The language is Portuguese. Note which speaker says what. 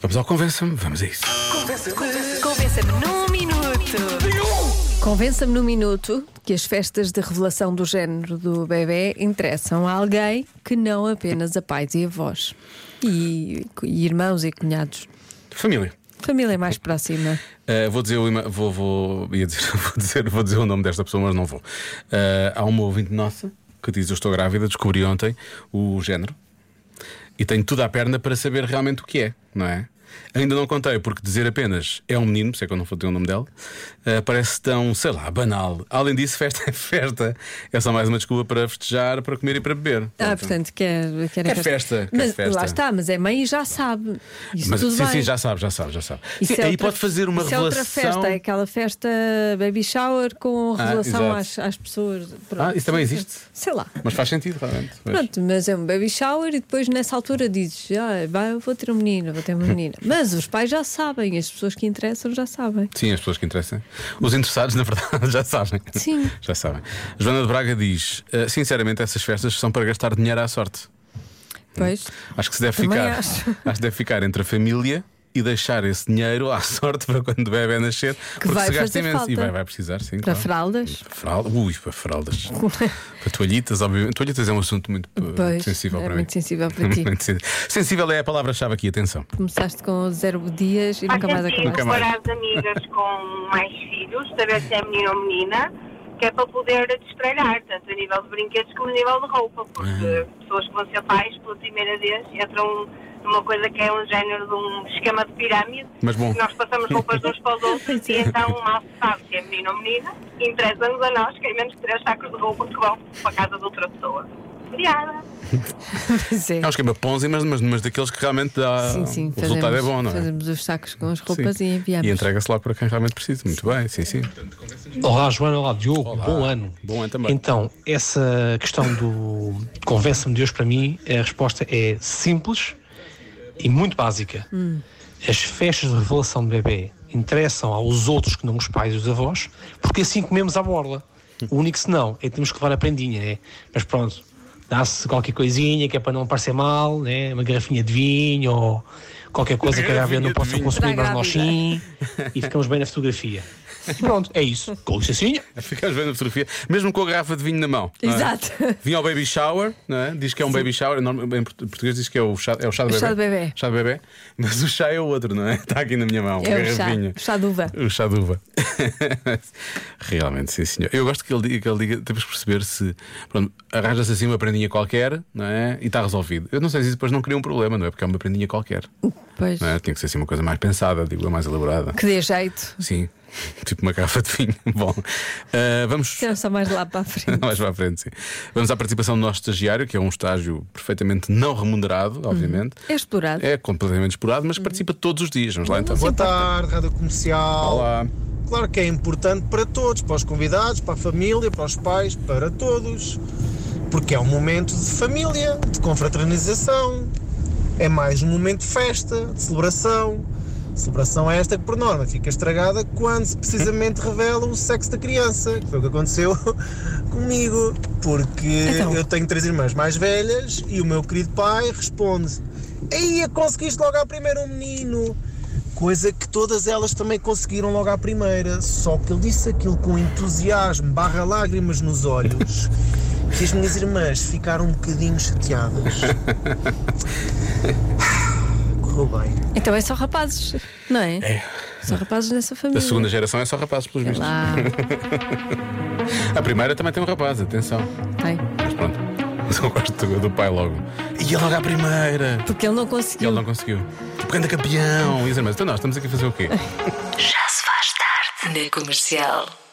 Speaker 1: Vamos ao Convença-me, vamos a isso.
Speaker 2: Convença-me num minuto.
Speaker 3: Convença-me num minuto que as festas de revelação do género do bebê interessam a alguém que não apenas a pais e avós. E, e irmãos e cunhados.
Speaker 1: Família.
Speaker 3: Família mais próxima.
Speaker 1: Uh, vou dizer o ima- vou, vou, ia dizer, vou, dizer, vou dizer o nome desta pessoa, mas não vou. Uh, há uma ouvinte nossa que diz: Eu estou grávida, descobri ontem o género e tenho tudo à perna para saber realmente o que é, não é? Ainda não contei, porque dizer apenas é um menino, por isso é que eu não vou ter o nome dela, uh, parece tão, sei lá, banal. Além disso, festa é festa. É só mais uma desculpa para festejar, para comer e para beber.
Speaker 3: Ah,
Speaker 1: Pronto.
Speaker 3: portanto, quer, quer
Speaker 1: É festa, quer
Speaker 3: Mas
Speaker 1: festa.
Speaker 3: lá está, mas é mãe e já sabe. Isso
Speaker 1: Mas,
Speaker 3: tudo
Speaker 1: sim,
Speaker 3: bem.
Speaker 1: sim, já sabe, já sabe, já sabe.
Speaker 3: Isso
Speaker 1: Sim,
Speaker 3: é
Speaker 1: aí
Speaker 3: outra-
Speaker 1: pode fazer uma
Speaker 3: isso
Speaker 1: revelação.
Speaker 3: é outra festa, é aquela festa baby shower com
Speaker 1: Ah,
Speaker 3: relação
Speaker 1: exato.
Speaker 3: às, às pessoas. Pronto.
Speaker 1: Ah, isso também existe.
Speaker 3: Sei lá.
Speaker 1: Mas faz sentido, realmente. Mas-
Speaker 3: Pronto, mas é um baby shower e depois nessa altura dizes, ah, vai, eu vou ter um menino, vou ter uma menina. Mas os pais já sabem, as pessoas que interessam já sabem.
Speaker 1: Sim, as pessoas que interessam. Os interessados, na verdade, já sabem.
Speaker 3: Sim.
Speaker 1: Já sabem. Joana de Braga diz: "Ah, sinceramente, essas festas são para gastar dinheiro à sorte.
Speaker 3: Pois.
Speaker 1: Acho que se deve
Speaker 3: Também
Speaker 1: ficar.
Speaker 3: acho.
Speaker 1: que deve ficar entre a família e deixar esse dinheiro à sorte para quando o bebê nascer. porque
Speaker 3: vai
Speaker 1: se gasta
Speaker 3: fazer
Speaker 1: imenso. E
Speaker 3: falta.
Speaker 1: vai, vai precisar, sim.
Speaker 3: Para
Speaker 1: claro.
Speaker 3: fraldas. é?
Speaker 1: Para fraldas. Ui, para fraldas. para toalhitas, obviamente. Toalhitas é um assunto muito ah,
Speaker 3: Pois,
Speaker 1: sensível
Speaker 3: é
Speaker 1: para mim.
Speaker 3: muito sensível para ti.
Speaker 1: Muito sensível. Sensível é a palavra-chave aqui, atenção.
Speaker 3: Começaste com zero dias e nunca mais
Speaker 4: Até
Speaker 3: acabaste.
Speaker 1: Nunca
Speaker 4: mesmo
Speaker 1: mais.
Speaker 4: para as amigas com mais filhos, saber se é menino ou menina, que é para poder destralhar, tanto a nível de brinquedos como a nível de roupa, porque
Speaker 1: Ah.
Speaker 4: pessoas que vão ser pais pela primeira vez entram numa coisa que é um género de um esquema de pirâmide.
Speaker 1: Mas bom.
Speaker 4: Nós passamos roupas de uns para os outros e então mal se sabe se é menino ou menina. Interessa-nos a nós que é menos que três sacos de roupa que vão para a casa de outra pessoa. Obrigada!
Speaker 3: Pois é.
Speaker 1: É um esquema Ponzi, mas, mas, mas daqueles que realmente dá.
Speaker 3: Sim, sim,
Speaker 1: o resultado é bom, não é?
Speaker 3: Fazemos os sacos com as roupas
Speaker 1: Sim.
Speaker 3: e enviamos.
Speaker 1: E entrega-se logo para quem realmente precisa. Muito bem, sim, sim.
Speaker 5: Olá, Joana. Olá, Diogo.
Speaker 1: Olá.
Speaker 5: Bom ano.
Speaker 1: Bom ano também.
Speaker 5: Então, essa questão do convence-me Deus para mim, a resposta é simples e muito básica. As festas de revelação de bebê interessam aos outros que não os pais e os avós, porque assim comemos à borla. O único senão é que temos que levar a prendinha, né? Mas pronto, dá-se qualquer coisinha que é para não parecer mal, né? Uma garrafinha de vinho ou qualquer coisa que a grávida não possa consumir,
Speaker 3: Para a
Speaker 5: mas nós
Speaker 3: grávida.
Speaker 5: sim, um e ficamos bem na fotografia. E pronto, é isso. Com licencinha.
Speaker 1: Ficas vendo a fotografia, mesmo com a garrafa de vinho na mão. não é?
Speaker 3: Exato.
Speaker 1: Vinho ao baby shower, não é? diz que é um baby shower, norma- em portu- português diz que é o chá, é o chá de
Speaker 3: O
Speaker 1: bebê.
Speaker 3: chá de bebê.
Speaker 1: Chá de bebê. Mas o chá é o outro, não é? Está aqui na minha mão.
Speaker 3: É o chá,
Speaker 1: garrafinha.
Speaker 3: o chá de uva.
Speaker 1: O chá de uva. Realmente, sim, senhor. Eu gosto que ele diga, que ele diga temos que perceber se. Pronto, arranja-se assim uma prendinha qualquer, não é? E está resolvido. Eu não sei se isso depois não cria um problema, não é? Porque é uma prendinha qualquer.
Speaker 3: Pois.
Speaker 1: Não é? Tinha que ser assim uma coisa mais pensada, digo, mais elaborada.
Speaker 3: Que dê jeito.
Speaker 1: Sim, tipo uma garrafa de vinho. Bom, ah, vamos.
Speaker 3: Pensa é mais lá para a frente.
Speaker 1: Mais para a frente, sim. Vamos à participação do nosso estagiário, que é um estágio perfeitamente não remunerado, obviamente.
Speaker 3: É explorado.
Speaker 1: É completamente explorado, mas participa todos os dias. Vamos lá então.
Speaker 6: Boa tarde, Rádio Comercial.
Speaker 1: Olá.
Speaker 6: Claro que é importante para todos, para os convidados, para a família, para os pais, para todos. Porque é um momento de família, de confraternização. É mais um momento de festa, de celebração. Celebração esta que, por norma, fica estragada quando se precisamente revela o sexo da criança, que foi o que aconteceu comigo. Porque
Speaker 3: Então.
Speaker 6: eu tenho três irmãs mais velhas e o meu querido pai responde: Aí, conseguiste logo à primeira um menino. Coisa que todas elas também conseguiram logo à primeira, só que ele disse aquilo com entusiasmo, barra lágrimas nos olhos, que as minhas irmãs ficaram um bocadinho chateadas. Correu bem.
Speaker 3: Então é só rapazes, não é?
Speaker 1: É.
Speaker 3: Só rapazes nessa família.
Speaker 1: A segunda geração é só rapazes, pelos vistos.
Speaker 3: Lá,
Speaker 1: A primeira também tem um rapaz, atenção.
Speaker 3: tem.
Speaker 1: Mas pronto. Mas eu gosto do, do pai logo. E é logo à primeira.
Speaker 3: Porque ele não
Speaker 1: E
Speaker 3: conseguiu.
Speaker 1: ele não conseguiu. Tipo, grande campeão. E os irmãos, então nós estamos aqui a fazer o quê?
Speaker 2: Já se faz tarde na comercial.